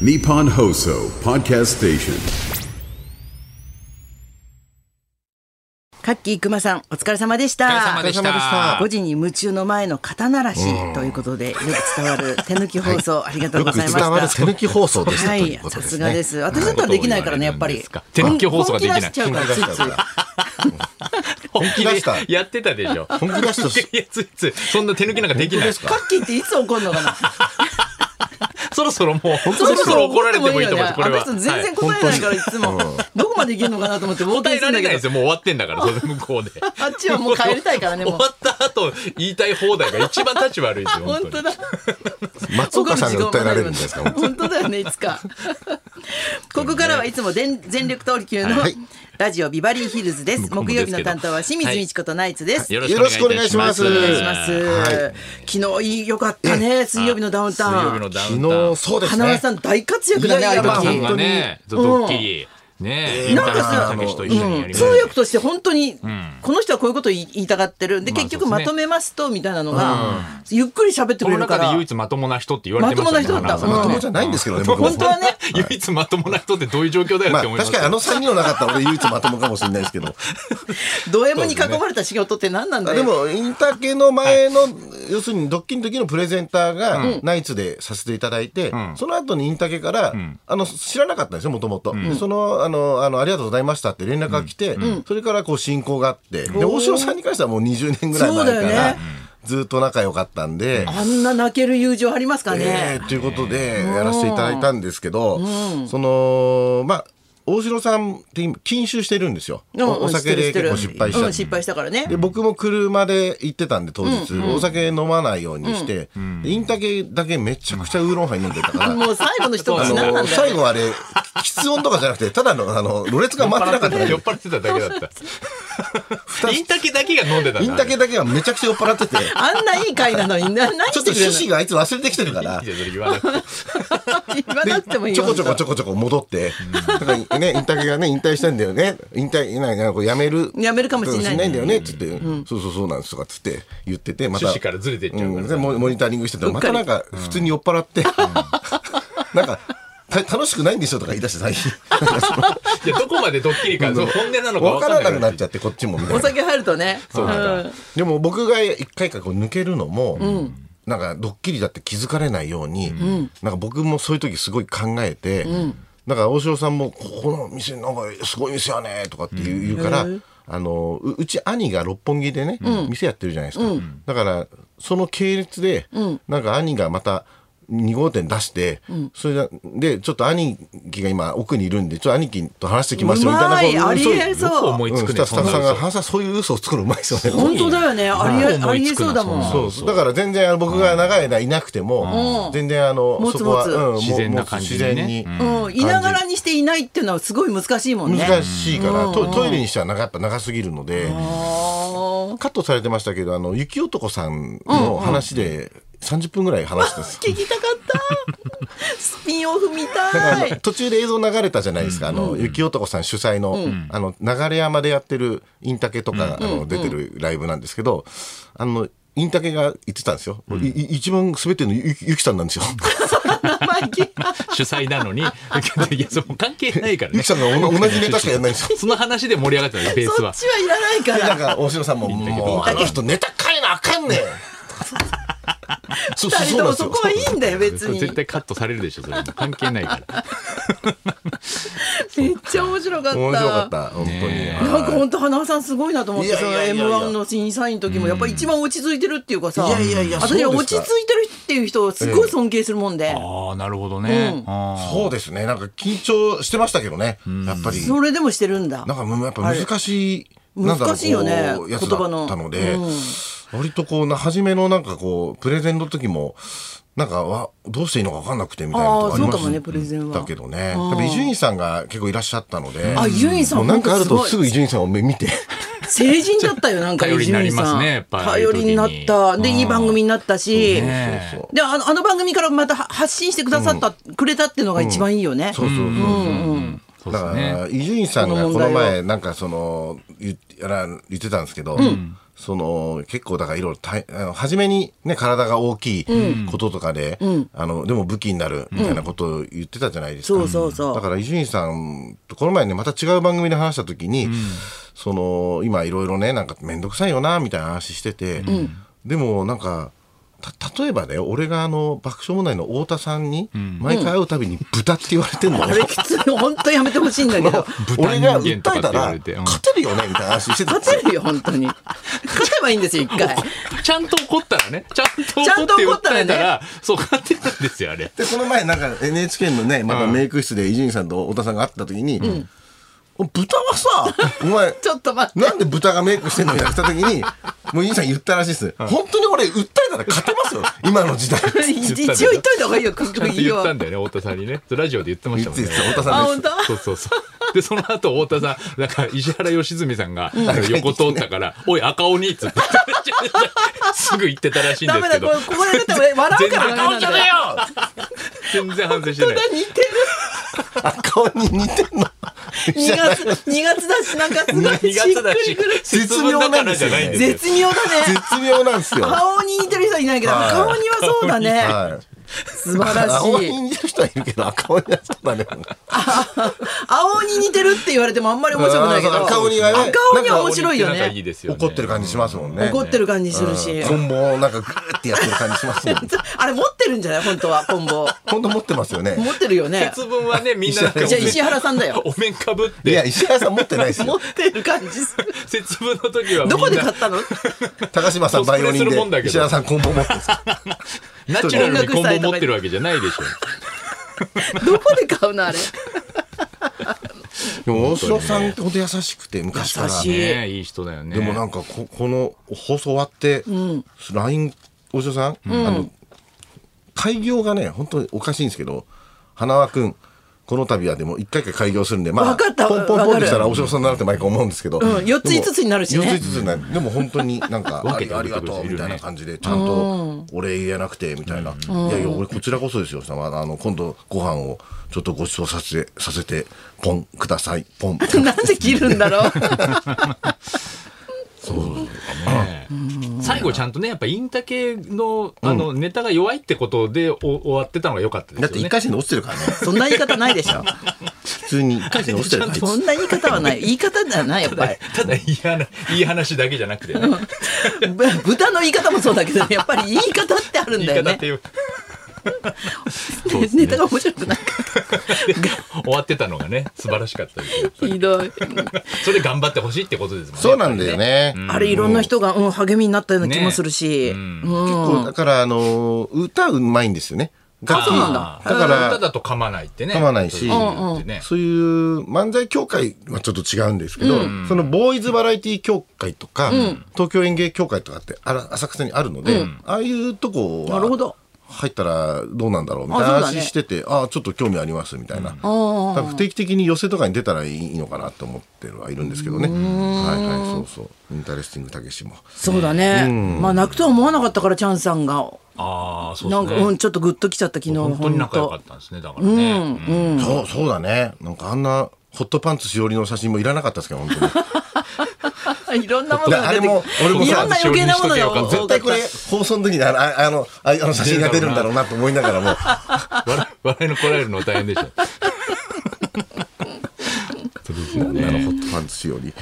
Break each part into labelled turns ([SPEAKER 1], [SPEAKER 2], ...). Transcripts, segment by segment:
[SPEAKER 1] Nippon Hoso Podcast Station.
[SPEAKER 2] カッキー熊さんお疲れ様でした
[SPEAKER 3] お疲れ様でし
[SPEAKER 4] お疲れ様でした
[SPEAKER 3] た
[SPEAKER 2] 5。時に夢中の前の肩慣らしということでよく伝わる手抜き放送、ありがとうございました
[SPEAKER 4] よく伝わる手抜き放送でした
[SPEAKER 2] は
[SPEAKER 4] とい
[SPEAKER 2] いう
[SPEAKER 4] こと
[SPEAKER 2] さ
[SPEAKER 4] ですね
[SPEAKER 2] すがです私だったらできないからねやっぱり
[SPEAKER 3] 手抜き放送ができない
[SPEAKER 2] 本気出しちゃうからついつい
[SPEAKER 3] 本気
[SPEAKER 4] 本気
[SPEAKER 3] で
[SPEAKER 4] 出した
[SPEAKER 3] やってたでしょ。
[SPEAKER 4] 本気出したし
[SPEAKER 3] いや、ついつい、そんな手抜きなんかできない。
[SPEAKER 2] カッキーっていつ怒るのかな
[SPEAKER 3] そろそろもう、そろそろ怒られてもいいと思う、こ
[SPEAKER 2] あ
[SPEAKER 3] れ
[SPEAKER 2] の
[SPEAKER 3] は。
[SPEAKER 2] 人全然答えないからいつもどこまでいけるのかなと思って冒
[SPEAKER 3] 答
[SPEAKER 2] 険
[SPEAKER 3] え
[SPEAKER 2] する
[SPEAKER 3] ら
[SPEAKER 2] ん
[SPEAKER 3] れ
[SPEAKER 2] だ
[SPEAKER 3] ない
[SPEAKER 2] け
[SPEAKER 3] です
[SPEAKER 2] ど
[SPEAKER 3] よ。もう終わってんだから、それ向こうで。
[SPEAKER 2] あっちはもう帰りたいからね
[SPEAKER 3] 終
[SPEAKER 2] もう
[SPEAKER 3] わった後、言いたい放題が一番立ち悪いです よ、
[SPEAKER 2] 本当
[SPEAKER 3] 本
[SPEAKER 2] だ
[SPEAKER 4] 松岡さんが訴えられるんですか本
[SPEAKER 2] 本当だよねいつかここからはいつも全全力投球の
[SPEAKER 4] はい
[SPEAKER 2] ラジオビバリーヒルズです
[SPEAKER 3] 僕も
[SPEAKER 2] 木曜日の担当は清水
[SPEAKER 3] はい
[SPEAKER 2] 美智子とナイツです、
[SPEAKER 3] 当に。
[SPEAKER 4] よろしくお願いします
[SPEAKER 3] よろ
[SPEAKER 2] お
[SPEAKER 3] く
[SPEAKER 2] 願い
[SPEAKER 3] お
[SPEAKER 2] し
[SPEAKER 3] 願
[SPEAKER 2] ます、
[SPEAKER 4] は
[SPEAKER 2] 昨日良かったね水曜日のダウンタ
[SPEAKER 3] 水曜
[SPEAKER 2] ウ
[SPEAKER 3] 日の
[SPEAKER 2] ン
[SPEAKER 3] ダウンタウン
[SPEAKER 4] 昨日。そうです
[SPEAKER 2] 花
[SPEAKER 4] ね
[SPEAKER 2] 輪さん大活躍だね
[SPEAKER 4] いやいや
[SPEAKER 2] あ
[SPEAKER 4] ま
[SPEAKER 2] の
[SPEAKER 4] あ
[SPEAKER 3] さん
[SPEAKER 2] 時、
[SPEAKER 4] 本
[SPEAKER 3] が
[SPEAKER 4] 当に
[SPEAKER 3] ね、ドッキリ。ねえ、インターネットの時と一緒にやりまし
[SPEAKER 2] 通
[SPEAKER 3] たね。
[SPEAKER 2] 訳として本当に、この人はこういうことを言い言いたがってるんで
[SPEAKER 3] まあ
[SPEAKER 2] 結局
[SPEAKER 3] そう
[SPEAKER 2] ま
[SPEAKER 3] ですね
[SPEAKER 2] とめますとみたいなのが、ゆっくり喋ってく
[SPEAKER 3] こ
[SPEAKER 2] れ
[SPEAKER 3] の
[SPEAKER 2] るか
[SPEAKER 3] 中
[SPEAKER 2] ら
[SPEAKER 3] で唯一まともな人って言われてました
[SPEAKER 2] ま
[SPEAKER 3] ね
[SPEAKER 2] ともな人だった
[SPEAKER 3] 花輪さん
[SPEAKER 4] ま
[SPEAKER 3] ね
[SPEAKER 4] ともじゃないんですけどね僕も
[SPEAKER 2] 本当はね
[SPEAKER 3] 唯一まともな人ってどういう状況だよっ
[SPEAKER 4] まあ
[SPEAKER 3] て思いま
[SPEAKER 4] 確
[SPEAKER 3] す
[SPEAKER 4] か
[SPEAKER 3] よ
[SPEAKER 4] にあの3人の中だったら俺唯一まともかもしれないですけど
[SPEAKER 2] ド M に囲まれた仕事って何なんだよ
[SPEAKER 4] でもインター系の前の要するにドッキリの時のプレゼンターがナイツでさせていただいてその後にインター系からあの知らなかったんですよもともとそのあのあのありがとうございましたって連絡が来てそれからこう進行があってで大城さんに関してはもう20年ぐらい
[SPEAKER 2] そ
[SPEAKER 4] 前
[SPEAKER 2] う
[SPEAKER 4] か
[SPEAKER 2] だよ
[SPEAKER 4] ら
[SPEAKER 2] ね
[SPEAKER 4] ずっと仲良かったんで
[SPEAKER 2] あんな泣ける友情ありますか
[SPEAKER 4] え
[SPEAKER 2] ね、
[SPEAKER 4] ーということでやらせていただいたんですけど、そのまあ大城さんって今禁酒してるんですよ、
[SPEAKER 2] うん
[SPEAKER 4] おお酒で結構失敗しち
[SPEAKER 2] うん
[SPEAKER 4] ゃって、
[SPEAKER 2] 失敗したからね
[SPEAKER 4] で僕も車で行ってたんで当日、お酒飲まないようにして、でインタケだけめちゃくちゃウーロンハイ飲んでたから、
[SPEAKER 2] もう最後の一
[SPEAKER 4] あ
[SPEAKER 2] 口何な
[SPEAKER 4] の
[SPEAKER 2] んだ
[SPEAKER 4] 最
[SPEAKER 2] よ
[SPEAKER 4] 後あれ喫音とかじゃなくてただのあのろれつが回ってなかったん
[SPEAKER 3] 酔
[SPEAKER 4] で
[SPEAKER 3] っ払ってただけだった。インタケだけが飲んでたんだ
[SPEAKER 4] インタケだけはめちゃくちゃ酔っ払って てち
[SPEAKER 2] あんないい回なのにな 何
[SPEAKER 4] ょ
[SPEAKER 2] し
[SPEAKER 4] っと
[SPEAKER 2] てくれ
[SPEAKER 4] 趣
[SPEAKER 2] る
[SPEAKER 4] 旨があいつ忘れてきてるから
[SPEAKER 3] いい。じゃんそれ言わなくて。
[SPEAKER 2] 言わなくてもいい
[SPEAKER 4] ちょこちょこ
[SPEAKER 2] ょ
[SPEAKER 4] ちょこちょこ戻って、だからね、インタビューがね、引退したんだよね、引退、なんかこう辞める、
[SPEAKER 2] 辞めるかもしれない
[SPEAKER 4] んだよね、つって、そうそうそうなんですとかつって言ってて、また、
[SPEAKER 3] 趣旨からずれてっちゃうから
[SPEAKER 4] んでモモニタリングしてたら、
[SPEAKER 2] うっ
[SPEAKER 4] ま
[SPEAKER 2] か
[SPEAKER 4] た
[SPEAKER 2] り
[SPEAKER 4] なんか、普通に酔っ払って、なんか、た楽しくないんでしょとか言い出して、最近。
[SPEAKER 3] いや、どこまでドッキリか、 そう本音なのか
[SPEAKER 4] わ
[SPEAKER 3] 分
[SPEAKER 4] か
[SPEAKER 3] から
[SPEAKER 4] ら
[SPEAKER 3] な
[SPEAKER 4] な
[SPEAKER 3] くな
[SPEAKER 4] くな
[SPEAKER 3] っ
[SPEAKER 4] っ
[SPEAKER 3] ち
[SPEAKER 4] ち
[SPEAKER 3] ゃ
[SPEAKER 4] ゃ
[SPEAKER 3] う。
[SPEAKER 4] って、こっちもみた
[SPEAKER 2] お
[SPEAKER 4] いな。
[SPEAKER 2] 酒入るとね
[SPEAKER 3] そうなんだ。
[SPEAKER 4] でも僕が一回かこう抜けるのも、なんかドッキリだって気づかれないように、なんか僕もそういう時すごい考えて、なんか大城さんも「ここの店なんかすごい店やね」とかって言う,、言うから。あのううち兄が六本木でね、店やってるじゃないですか、だからその系列で、なんか兄がまた2号店出して、それででちょっと兄貴が今奥にいるんでちょっと兄貴と話してきます
[SPEAKER 2] う
[SPEAKER 4] よみたいな
[SPEAKER 2] まい
[SPEAKER 4] こ
[SPEAKER 2] ありえ
[SPEAKER 3] よく
[SPEAKER 2] そう
[SPEAKER 3] 思いつく
[SPEAKER 4] う
[SPEAKER 3] ね
[SPEAKER 4] ん、スタッ。フ
[SPEAKER 3] そん
[SPEAKER 4] さ
[SPEAKER 3] なん
[SPEAKER 4] が
[SPEAKER 3] の
[SPEAKER 4] 原さんそういう嘘を作るのうまいですよね
[SPEAKER 2] 本当だよねありえあ
[SPEAKER 3] 思い
[SPEAKER 2] り
[SPEAKER 3] つ
[SPEAKER 2] え
[SPEAKER 3] くな
[SPEAKER 2] そうだもん
[SPEAKER 3] そ
[SPEAKER 4] そうそうだから全然あの僕が長い間いなくても、全然あの
[SPEAKER 2] 持つ
[SPEAKER 4] そこは、
[SPEAKER 2] 持つ
[SPEAKER 4] うんも
[SPEAKER 3] 自然な感じにね
[SPEAKER 4] 自然に
[SPEAKER 2] うん、いながらにしていないっていうのはすごい難しいもんね
[SPEAKER 4] 難しいから、トトイレにしては長やっぱ長すぎるので、
[SPEAKER 2] あー
[SPEAKER 4] カットされてましたけどあの雪男さんの話で30分ぐらい話してたん です。
[SPEAKER 2] 聞きたかったスピンオフ見
[SPEAKER 4] なんか
[SPEAKER 2] た
[SPEAKER 4] あの
[SPEAKER 2] い
[SPEAKER 4] 途中で映像流れたじゃないですか、あの雪男さん主催の,、あの流山でやってるインタケとか、あの出てるライブなんですけど、あのインタケが言ってたんですよ、いい一番滑ってるのゆゆきさんなんですよ。
[SPEAKER 2] 生意気
[SPEAKER 3] 主催なのに、い や、それもう関係ないから
[SPEAKER 4] ゆ
[SPEAKER 3] ね
[SPEAKER 4] き。さんが 同同じネタしかやらないんですよ。
[SPEAKER 3] その話で盛り上がってたね、ベース
[SPEAKER 2] そ
[SPEAKER 3] は
[SPEAKER 2] っ。ちはいらないか
[SPEAKER 4] でなん
[SPEAKER 2] ら
[SPEAKER 4] か大城さんも「もうあの人ネタ変えなあかんねん」そう
[SPEAKER 2] 二人ともそこはいいんだよ別
[SPEAKER 3] それ
[SPEAKER 2] に
[SPEAKER 3] 絶対カットされるでしょ、それも。関係ないから。
[SPEAKER 2] めっちゃ面白かった
[SPEAKER 4] 面白かった本当に、
[SPEAKER 2] なんか本当花輪さんすごいなと思って
[SPEAKER 4] いやい
[SPEAKER 2] その
[SPEAKER 4] やいやいや
[SPEAKER 2] M1 の審査員の時もやっぱり一番落ち着いてるっていうかさ
[SPEAKER 4] いやいやいや
[SPEAKER 2] 私は
[SPEAKER 4] そう
[SPEAKER 2] 落
[SPEAKER 4] で
[SPEAKER 2] ち着い
[SPEAKER 4] すか
[SPEAKER 2] てるっていう人をすごい尊敬するもんで
[SPEAKER 3] ああ、なるほどね。あー
[SPEAKER 4] そうですねなんか緊張してましたけどねやっぱり
[SPEAKER 2] それでもしてるんだ
[SPEAKER 4] なんかもうやっぱ難しい
[SPEAKER 2] れ
[SPEAKER 4] なんだろう
[SPEAKER 2] 難しいよね
[SPEAKER 4] こうやつだったので、割とこうな初めのなんかこうプレゼンの時もなんかわどうしていいのか分かんなくてみたいなことがありま
[SPEAKER 2] あーそうかもねプレゼンは
[SPEAKER 4] だけどねやっぱ伊集院さんが結構いらっしゃったので
[SPEAKER 2] あ伊集院さん
[SPEAKER 4] もうなんかある
[SPEAKER 2] ほん
[SPEAKER 4] と
[SPEAKER 2] とす
[SPEAKER 4] す
[SPEAKER 2] ご
[SPEAKER 4] ぐ
[SPEAKER 2] い
[SPEAKER 4] 伊集院さんを目見て。
[SPEAKER 2] 成人だったよなんか
[SPEAKER 3] 頼りになりますねやっぱり
[SPEAKER 2] 頼りになったでいい番組になったし
[SPEAKER 3] ねえ
[SPEAKER 2] であのあの番組からまたは発信してくださった、くれたっていうのが一番いいよね、
[SPEAKER 4] そうそうそうそう。
[SPEAKER 3] そうで
[SPEAKER 4] だ
[SPEAKER 3] す
[SPEAKER 4] か
[SPEAKER 3] ね。
[SPEAKER 4] ら伊集院さんが
[SPEAKER 2] この
[SPEAKER 4] こ
[SPEAKER 2] 問題
[SPEAKER 4] の
[SPEAKER 2] を
[SPEAKER 4] 前なんかその言っやら言ってたんですけど、その結構だからいろいろ大あの初めにね体が大きいこととかで、あのでも武器になるみたいなことを言ってたじゃないですか、
[SPEAKER 2] そうそうそう
[SPEAKER 4] だから伊集院さんとこの前ねまた違う番組で話した時に、その今いろいろねなんか面倒くさいよなみたいな話してて、でもなんかた例えばね俺があの爆笑問題の太田さんに毎回会うたびに「豚」って言われてんのよ、
[SPEAKER 2] あれきつい本当やめてほしいんだ けど
[SPEAKER 4] 俺が訴え
[SPEAKER 3] 豚人間とかって
[SPEAKER 4] たら
[SPEAKER 3] 言われてうん
[SPEAKER 4] 勝てるよねみたいな話してたんですよ
[SPEAKER 2] 勝てるよ本当に勝てばいいんですよ一 回
[SPEAKER 3] ちゃんと怒ったらね、ちゃんと
[SPEAKER 2] ちゃんと怒
[SPEAKER 3] 怒
[SPEAKER 2] っ
[SPEAKER 3] った
[SPEAKER 2] ら
[SPEAKER 3] て訴
[SPEAKER 2] ね
[SPEAKER 3] えたら、そう勝ってたんですよ、あれ。
[SPEAKER 4] でこの前なんか NHK のねまだメイク室で伊集院さんと太田さんが会った時に「お豚は さお前
[SPEAKER 2] ちょっと待って
[SPEAKER 4] なんで豚がメイクしてんの?」やってた時にもう伊集院さん言ったらしいです本当に俺訴えたら勝てますよ今の時代
[SPEAKER 2] 一応言っといた方がいいよ空
[SPEAKER 3] ちゃんと
[SPEAKER 2] 気
[SPEAKER 3] 言
[SPEAKER 2] を
[SPEAKER 3] ったんだよね、太田さんにね。ラジオで言ってまし
[SPEAKER 4] 言
[SPEAKER 3] た
[SPEAKER 4] っ
[SPEAKER 3] もん
[SPEAKER 4] て
[SPEAKER 3] ね
[SPEAKER 4] た。太 田
[SPEAKER 2] あ
[SPEAKER 4] さん
[SPEAKER 2] 本
[SPEAKER 4] で
[SPEAKER 2] 当
[SPEAKER 4] す
[SPEAKER 3] そうそうそう。で、その後、太田さん、なんか、石原良純さんが、横通ったから、おい、赤鬼っつって、すぐ行ってたらしいん
[SPEAKER 2] ダ
[SPEAKER 3] で
[SPEAKER 2] メだ
[SPEAKER 3] すけ
[SPEAKER 2] こ
[SPEAKER 3] ど
[SPEAKER 2] れ、ここで出て俺笑うからダメなんだよ
[SPEAKER 3] 全然反省してない。
[SPEAKER 2] 似てる
[SPEAKER 4] 顔に似てん
[SPEAKER 2] 2
[SPEAKER 4] の
[SPEAKER 2] 月2月だしなんかすごい
[SPEAKER 3] 2
[SPEAKER 2] しっ
[SPEAKER 3] 月だ
[SPEAKER 2] く
[SPEAKER 3] し
[SPEAKER 2] りくる、
[SPEAKER 3] 節分だからじゃないんですよ。
[SPEAKER 2] 絶妙だね
[SPEAKER 4] 絶妙なんですよ
[SPEAKER 2] 顔に似てる人はいないけど
[SPEAKER 4] はい
[SPEAKER 2] 顔にはそうだね
[SPEAKER 4] はい
[SPEAKER 2] 素晴らし
[SPEAKER 4] 青鬼
[SPEAKER 2] い
[SPEAKER 4] に似てる人はいるけど赤鬼はそうだね
[SPEAKER 2] 青に似てるって言われてもあんまり面白くないけ
[SPEAKER 4] あ
[SPEAKER 2] ど
[SPEAKER 4] ー赤鬼がね
[SPEAKER 2] 赤鬼は面白いよ
[SPEAKER 3] なんかい
[SPEAKER 2] ね
[SPEAKER 3] いですよね。
[SPEAKER 4] 怒ってる感じしますもんね
[SPEAKER 2] 怒ってる感じするし
[SPEAKER 4] 棍棒をなんかグーってやってる感じ しますもん
[SPEAKER 2] あれ持ってるんじゃない本当はコンボ
[SPEAKER 4] 本当持ってますよね
[SPEAKER 2] 持ってるよ ね
[SPEAKER 3] 節分はね、みんななんか
[SPEAKER 2] じゃあ石原さんだよ
[SPEAKER 3] お面かぶっ
[SPEAKER 4] いや
[SPEAKER 3] て、
[SPEAKER 4] 石原さん持ってないです
[SPEAKER 2] 持
[SPEAKER 4] よ
[SPEAKER 2] ってる感じする
[SPEAKER 3] 節分の時はみんな
[SPEAKER 2] どこで買ったの
[SPEAKER 4] 高島さんバイオリン
[SPEAKER 3] コスプレするもんだ
[SPEAKER 4] で
[SPEAKER 3] けど
[SPEAKER 4] 石原さん棍棒持ってるんですよ
[SPEAKER 3] ナチュラルに今後持ってるわけじゃないでしょ。
[SPEAKER 2] どこで買うのあれ
[SPEAKER 4] でも大城さんってほんと優しくて昔から
[SPEAKER 2] 優しい
[SPEAKER 3] ねいい人だよね。
[SPEAKER 4] でもなんかここの放送終わって LINE、大城さん、あの開業がね本当におかしいんですけど花輪君この度はでも一回一回開業するんで、まあ、
[SPEAKER 2] わかった
[SPEAKER 4] ポンポンポンってした
[SPEAKER 2] わか
[SPEAKER 4] ら
[SPEAKER 2] る
[SPEAKER 4] 大城さんだなって毎回思うんですけど、
[SPEAKER 2] ん四つ
[SPEAKER 4] でも
[SPEAKER 2] 五つになるしね
[SPEAKER 4] 四つ五つになるでも本当になんかあ
[SPEAKER 3] 分け
[SPEAKER 4] り
[SPEAKER 3] て
[SPEAKER 4] ありがとうみたいな感じでちゃんとお礼言えなくてみたいな、いやいや俺こちらこそですよさあの今度ご飯をちょっとご馳走させてさせてポンください ポン
[SPEAKER 2] なんで切るんだろう
[SPEAKER 3] ね最後ちゃんとね、やっぱインタ系の、あの、ネタが弱いってことでお終わってたのが良かったですよ
[SPEAKER 4] だっ
[SPEAKER 3] ね。
[SPEAKER 4] て一回戦で落ちてるからね
[SPEAKER 2] そんな言い方ないでしょ
[SPEAKER 4] 普通に一回戦で落ちてるから
[SPEAKER 2] そんな言い方はない言い方じゃないやっぱり
[SPEAKER 3] ただいい話、いい話だけじゃなくてね。
[SPEAKER 2] ぶ豚の言い方もそうだけど、やっぱり言い方ってあるんだ
[SPEAKER 3] 言い
[SPEAKER 2] よ
[SPEAKER 3] 方っ
[SPEAKER 2] ね
[SPEAKER 3] ていう、
[SPEAKER 2] ねネタが面白くない
[SPEAKER 3] 終わってたのがね、素晴らしかったです。
[SPEAKER 2] ひどい
[SPEAKER 3] それ頑張ってほしいってことですもんね。
[SPEAKER 4] そうなんだよね。
[SPEAKER 2] あれいろんな人が、うん、励みになったような気もするし、うん
[SPEAKER 4] 結構だからあのー歌うまいんですよね。楽器
[SPEAKER 2] そうなん
[SPEAKER 4] だ
[SPEAKER 2] だ
[SPEAKER 4] か
[SPEAKER 3] 歌
[SPEAKER 4] ら
[SPEAKER 3] だと噛まないってね。
[SPEAKER 4] 噛まないし
[SPEAKER 3] うんうん
[SPEAKER 4] そういう漫才協会はちょっと違うんですけど、そのボーイズバラエティ協会とか、東京演芸協会とかってあら浅草にあるので、ああいうとこ
[SPEAKER 2] なるほ
[SPEAKER 4] は
[SPEAKER 2] ど
[SPEAKER 4] 入ったらどうなんだろうみたいな
[SPEAKER 2] あそうだね
[SPEAKER 4] 話してて、ああちょっと興味ありますみたいな。だから不定期的に寄せとかに出たらいいのかなと思ってはいるんですけどね。はいはいそうそう。インタレスティングたけしも。
[SPEAKER 2] そうだね、まあ泣くとは思わなかったからチャンさんが、
[SPEAKER 3] ああ、そう
[SPEAKER 2] なんか、
[SPEAKER 3] です
[SPEAKER 2] う
[SPEAKER 3] ね
[SPEAKER 2] ん、。ちょっとグッときちゃった昨日
[SPEAKER 3] 本当に仲良かったんですね、だからね。
[SPEAKER 4] そう、そうだね。なんかあんな、ホットパンツしおりの写真もいらなかったですけど、本当に。
[SPEAKER 2] あいろんなものが出て
[SPEAKER 4] いやあれも俺も
[SPEAKER 2] い
[SPEAKER 4] さ
[SPEAKER 2] ろんな余計なものが
[SPEAKER 3] そう
[SPEAKER 4] 絶対これ、放送の時にあの、ああの、ああの写真が出るんだろうなと思いながらも、
[SPEAKER 3] 笑い笑いのこらえるの大変でした。
[SPEAKER 4] なんだろう、ホットパンツしおり。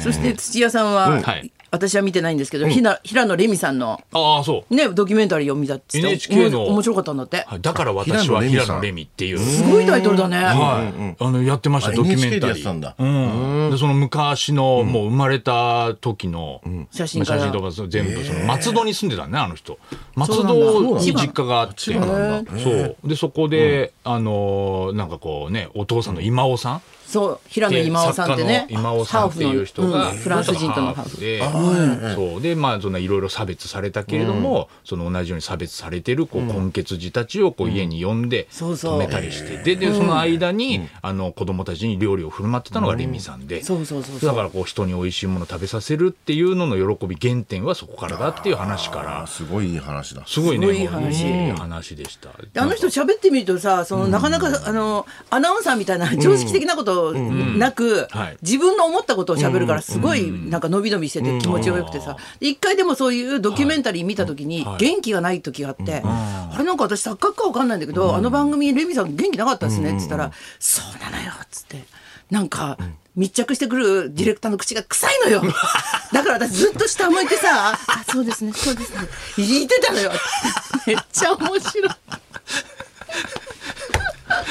[SPEAKER 2] そして土屋さんは、
[SPEAKER 3] はい
[SPEAKER 2] 私は見てないんですけど、ひな平野レミさんの
[SPEAKER 3] ああ、そう。
[SPEAKER 2] ねドキュメンタリーを見たって言ってた
[SPEAKER 3] NHK の
[SPEAKER 2] 面白かったんだって、
[SPEAKER 3] はいだから私は
[SPEAKER 4] 平野レミ
[SPEAKER 3] 平
[SPEAKER 4] さん
[SPEAKER 3] 野レミっていう。
[SPEAKER 2] すごいタイトルだね、
[SPEAKER 3] はい、あのやってました
[SPEAKER 4] あ
[SPEAKER 3] ドキュメ
[SPEAKER 4] NHK
[SPEAKER 3] ン
[SPEAKER 4] で
[SPEAKER 3] タ
[SPEAKER 4] やっ
[SPEAKER 3] リ
[SPEAKER 4] てたんだ
[SPEAKER 3] ー。。うんでその昔の、もう生まれた時の、
[SPEAKER 2] 写真から
[SPEAKER 3] とかその全部その松戸に住んでたねあの人松
[SPEAKER 2] そうなん
[SPEAKER 3] 戸
[SPEAKER 2] だ
[SPEAKER 3] に実家があって
[SPEAKER 4] 千葉なんだ
[SPEAKER 3] そうでそこで、あのーなんかこうねお父さんの今尾さん、
[SPEAKER 2] そう平野今尾さんってね
[SPEAKER 3] 作家の今尾さんっていう人が、
[SPEAKER 2] ハーフのうんフランス人とのハーフ
[SPEAKER 3] で、そうでまあそんないろいろ差別されたけれども、その同じように差別されてるこう根血児たちをこう家に呼んで
[SPEAKER 2] そうそう
[SPEAKER 3] 止めたりして、ででその間に、あの子供たちに料理を振る舞ってたのがレミさんで、
[SPEAKER 2] そうそうそうそう
[SPEAKER 3] だからこう人に美味しいものを食べさせるっていうのの喜び原点はそこからだっていう話から
[SPEAKER 4] あ、。すごいいい話だ。
[SPEAKER 3] すごいね、
[SPEAKER 2] すごいいい話
[SPEAKER 3] もういい話でした。
[SPEAKER 2] であの人喋ってみるとさそのなかなか、あのアナウンサーみたいな常識的なことなく、
[SPEAKER 3] はい
[SPEAKER 2] 自分分の思ったことを喋るからすごいなんか伸び伸びしてて気持ちよくてさで一回でもそういうドキュメンタリー見た時に元気がない時があってあれなんか私錯覚か分かんないんだけどあの番組レミさん元気なかったですねっつったら「そうなのよ」っつってなんか密着してくるディレクターの口が臭いのよだから私ずっと下向いてさ「あそうですねそう ですね」言ってたのよめっちゃ面白い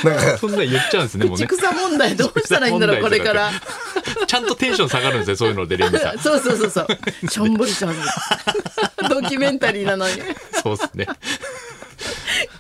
[SPEAKER 4] なんか
[SPEAKER 3] そんなん言っちゃうんですね、も う
[SPEAKER 2] 口
[SPEAKER 3] ね。
[SPEAKER 2] 草問題どうしたらいいんだろうこれから。
[SPEAKER 3] ちゃんとテンション下がるんですよ、そういうので、レミ さん。
[SPEAKER 2] そうそうそうそう。しょんぼりしゃ べる。ドキュメンタリーなのに。
[SPEAKER 3] そうですね。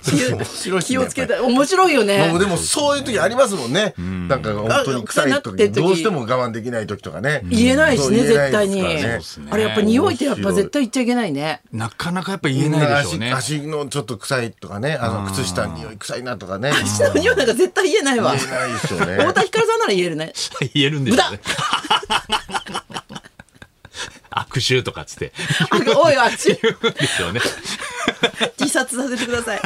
[SPEAKER 4] 面白いっすね
[SPEAKER 2] 気をつけた。面白いよね
[SPEAKER 4] もう。でもそういう時ありますもんね。なんか本当に臭い
[SPEAKER 2] あ臭くなって
[SPEAKER 4] 時、
[SPEAKER 2] る時
[SPEAKER 4] どうしても我慢できない時とかね。
[SPEAKER 2] 言えないしね、
[SPEAKER 4] そう言え
[SPEAKER 2] 絶
[SPEAKER 4] な
[SPEAKER 2] 対
[SPEAKER 4] いです
[SPEAKER 2] に。
[SPEAKER 4] から
[SPEAKER 2] あれ
[SPEAKER 4] ね
[SPEAKER 2] やっぱ匂いってやっぱ絶対言っちゃいけないね。
[SPEAKER 3] なかなかやっぱ言えないでしょうね。
[SPEAKER 4] 足足のちょっと臭いとかね、あの靴下に匂い臭いなとかね。
[SPEAKER 2] 私の匂いなんか絶対言えないわ。
[SPEAKER 4] 言えないですよね。
[SPEAKER 2] 太田光さんなら言える ね。
[SPEAKER 3] 言えるんでしょうね。握手とかっつって
[SPEAKER 2] あおい、あっち、
[SPEAKER 3] 言うんですよね。
[SPEAKER 2] 自殺させてください。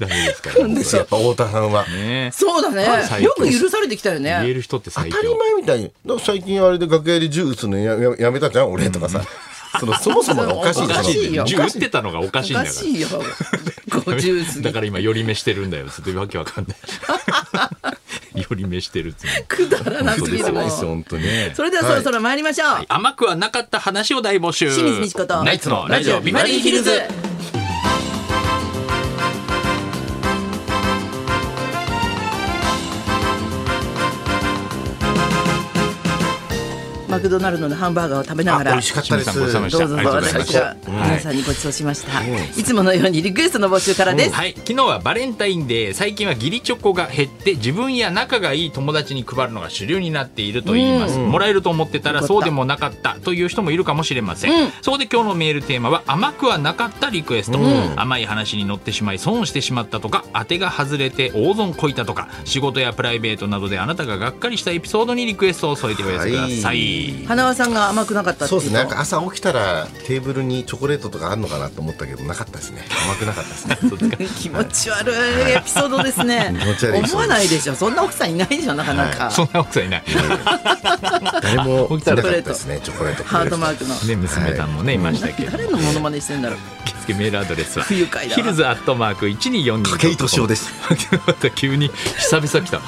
[SPEAKER 3] ダメですから。ね
[SPEAKER 4] やっぱ太田さんは。
[SPEAKER 2] そうだね。
[SPEAKER 3] 最
[SPEAKER 2] よ
[SPEAKER 3] 強
[SPEAKER 2] く許されてきたよ
[SPEAKER 3] 言え
[SPEAKER 2] ね。
[SPEAKER 3] る人って
[SPEAKER 4] 当
[SPEAKER 3] 最強
[SPEAKER 4] た。り前みたいに、だから最近あれで楽屋で銃撃つのやややめたじゃん、俺とかさ。そのそもそもがおかしい
[SPEAKER 2] お
[SPEAKER 4] で
[SPEAKER 2] かしいよ
[SPEAKER 3] 銃撃ってたのがおか
[SPEAKER 2] お
[SPEAKER 3] しいんだ
[SPEAKER 2] か
[SPEAKER 3] か
[SPEAKER 2] しいよ。50過
[SPEAKER 3] ら。
[SPEAKER 2] ぎ
[SPEAKER 3] だから今、寄り目してるんだよ。ちょっとわけわかんない。寄り目してるっつうの
[SPEAKER 2] くだらなすぎるもん。そ
[SPEAKER 4] 本当に。
[SPEAKER 2] れではそろそろ参りましょう。
[SPEAKER 3] 甘くはなかった話を大募集
[SPEAKER 2] 清水ミチコと
[SPEAKER 3] ナイツのラジオビバリーヒルズ
[SPEAKER 2] マクドナルドのハンバーガーを食べなが
[SPEAKER 4] あ
[SPEAKER 2] ら
[SPEAKER 4] 美味しかったです
[SPEAKER 3] 清水さんごちそ
[SPEAKER 2] ど
[SPEAKER 3] うさ
[SPEAKER 2] うぞ
[SPEAKER 3] までしたありがとうご
[SPEAKER 2] 私が
[SPEAKER 3] ざいまし
[SPEAKER 2] 皆さんにご馳走しました、い、つものようにリクエストの募集からです、
[SPEAKER 3] はい、昨日はバレンタインデー最近は義理チョコが減って自分や仲がいい友達に配るのが主流になっているといいます、もらえると思ってた
[SPEAKER 2] よ
[SPEAKER 3] ら
[SPEAKER 2] かった
[SPEAKER 3] そうでもなかったという人もいるかもしれません、そこで今日のメールテーマは甘くはなかったリクエスト、甘い話に乗ってしまい損してしまったとか当てが外れて大損こいたとか仕事やプライベートなどであなたががっかりしたエピソードにリクエストを添えてお寄せくださ
[SPEAKER 4] はい
[SPEAKER 2] 花輪さんが甘くなかったって
[SPEAKER 4] そ
[SPEAKER 2] いうう
[SPEAKER 4] ですね。なんか朝起きたらテーブルにチョコレートとかあるのかなと思ったけどなかったですね。甘くなかったですね。
[SPEAKER 2] 気持ち悪いエピソードですね
[SPEAKER 4] 気持ち悪いエピソードです
[SPEAKER 2] 思わないでしょそんな奥さんいないでしょなかなか、
[SPEAKER 3] そんな奥さんいない。
[SPEAKER 4] 誰も
[SPEAKER 3] 起
[SPEAKER 4] い
[SPEAKER 3] きた
[SPEAKER 4] な
[SPEAKER 3] ら
[SPEAKER 4] かったですね。チョコレート。
[SPEAKER 2] ハートマークの
[SPEAKER 3] ね、娘さんもね、いましたけど。
[SPEAKER 2] 誰のモノマネしてんだろう
[SPEAKER 3] 受付メールアドレスは。
[SPEAKER 2] 不愉快だわ
[SPEAKER 3] ヒルズアットマーク一二四二。
[SPEAKER 4] 筧敏夫です。
[SPEAKER 3] また急に、久々来た。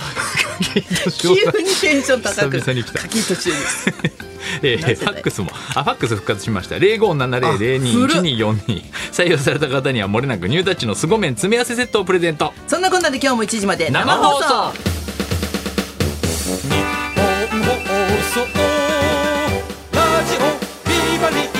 [SPEAKER 3] 筧
[SPEAKER 2] 急
[SPEAKER 3] 敏
[SPEAKER 2] に
[SPEAKER 3] 夫さん
[SPEAKER 2] テンション高く
[SPEAKER 3] 久々に来た
[SPEAKER 2] カキッとしてるんです
[SPEAKER 3] えー、
[SPEAKER 2] な
[SPEAKER 3] フ
[SPEAKER 2] ぜだ
[SPEAKER 3] ァ
[SPEAKER 2] い
[SPEAKER 3] ックスもあファックス復活しました0570021242採用された方にはもれなくニュータッチのスゴメン詰め合わせセットをプレゼント
[SPEAKER 2] そんなこんなで今日も1時まで
[SPEAKER 3] 生放送
[SPEAKER 5] 放送ラジオビバリー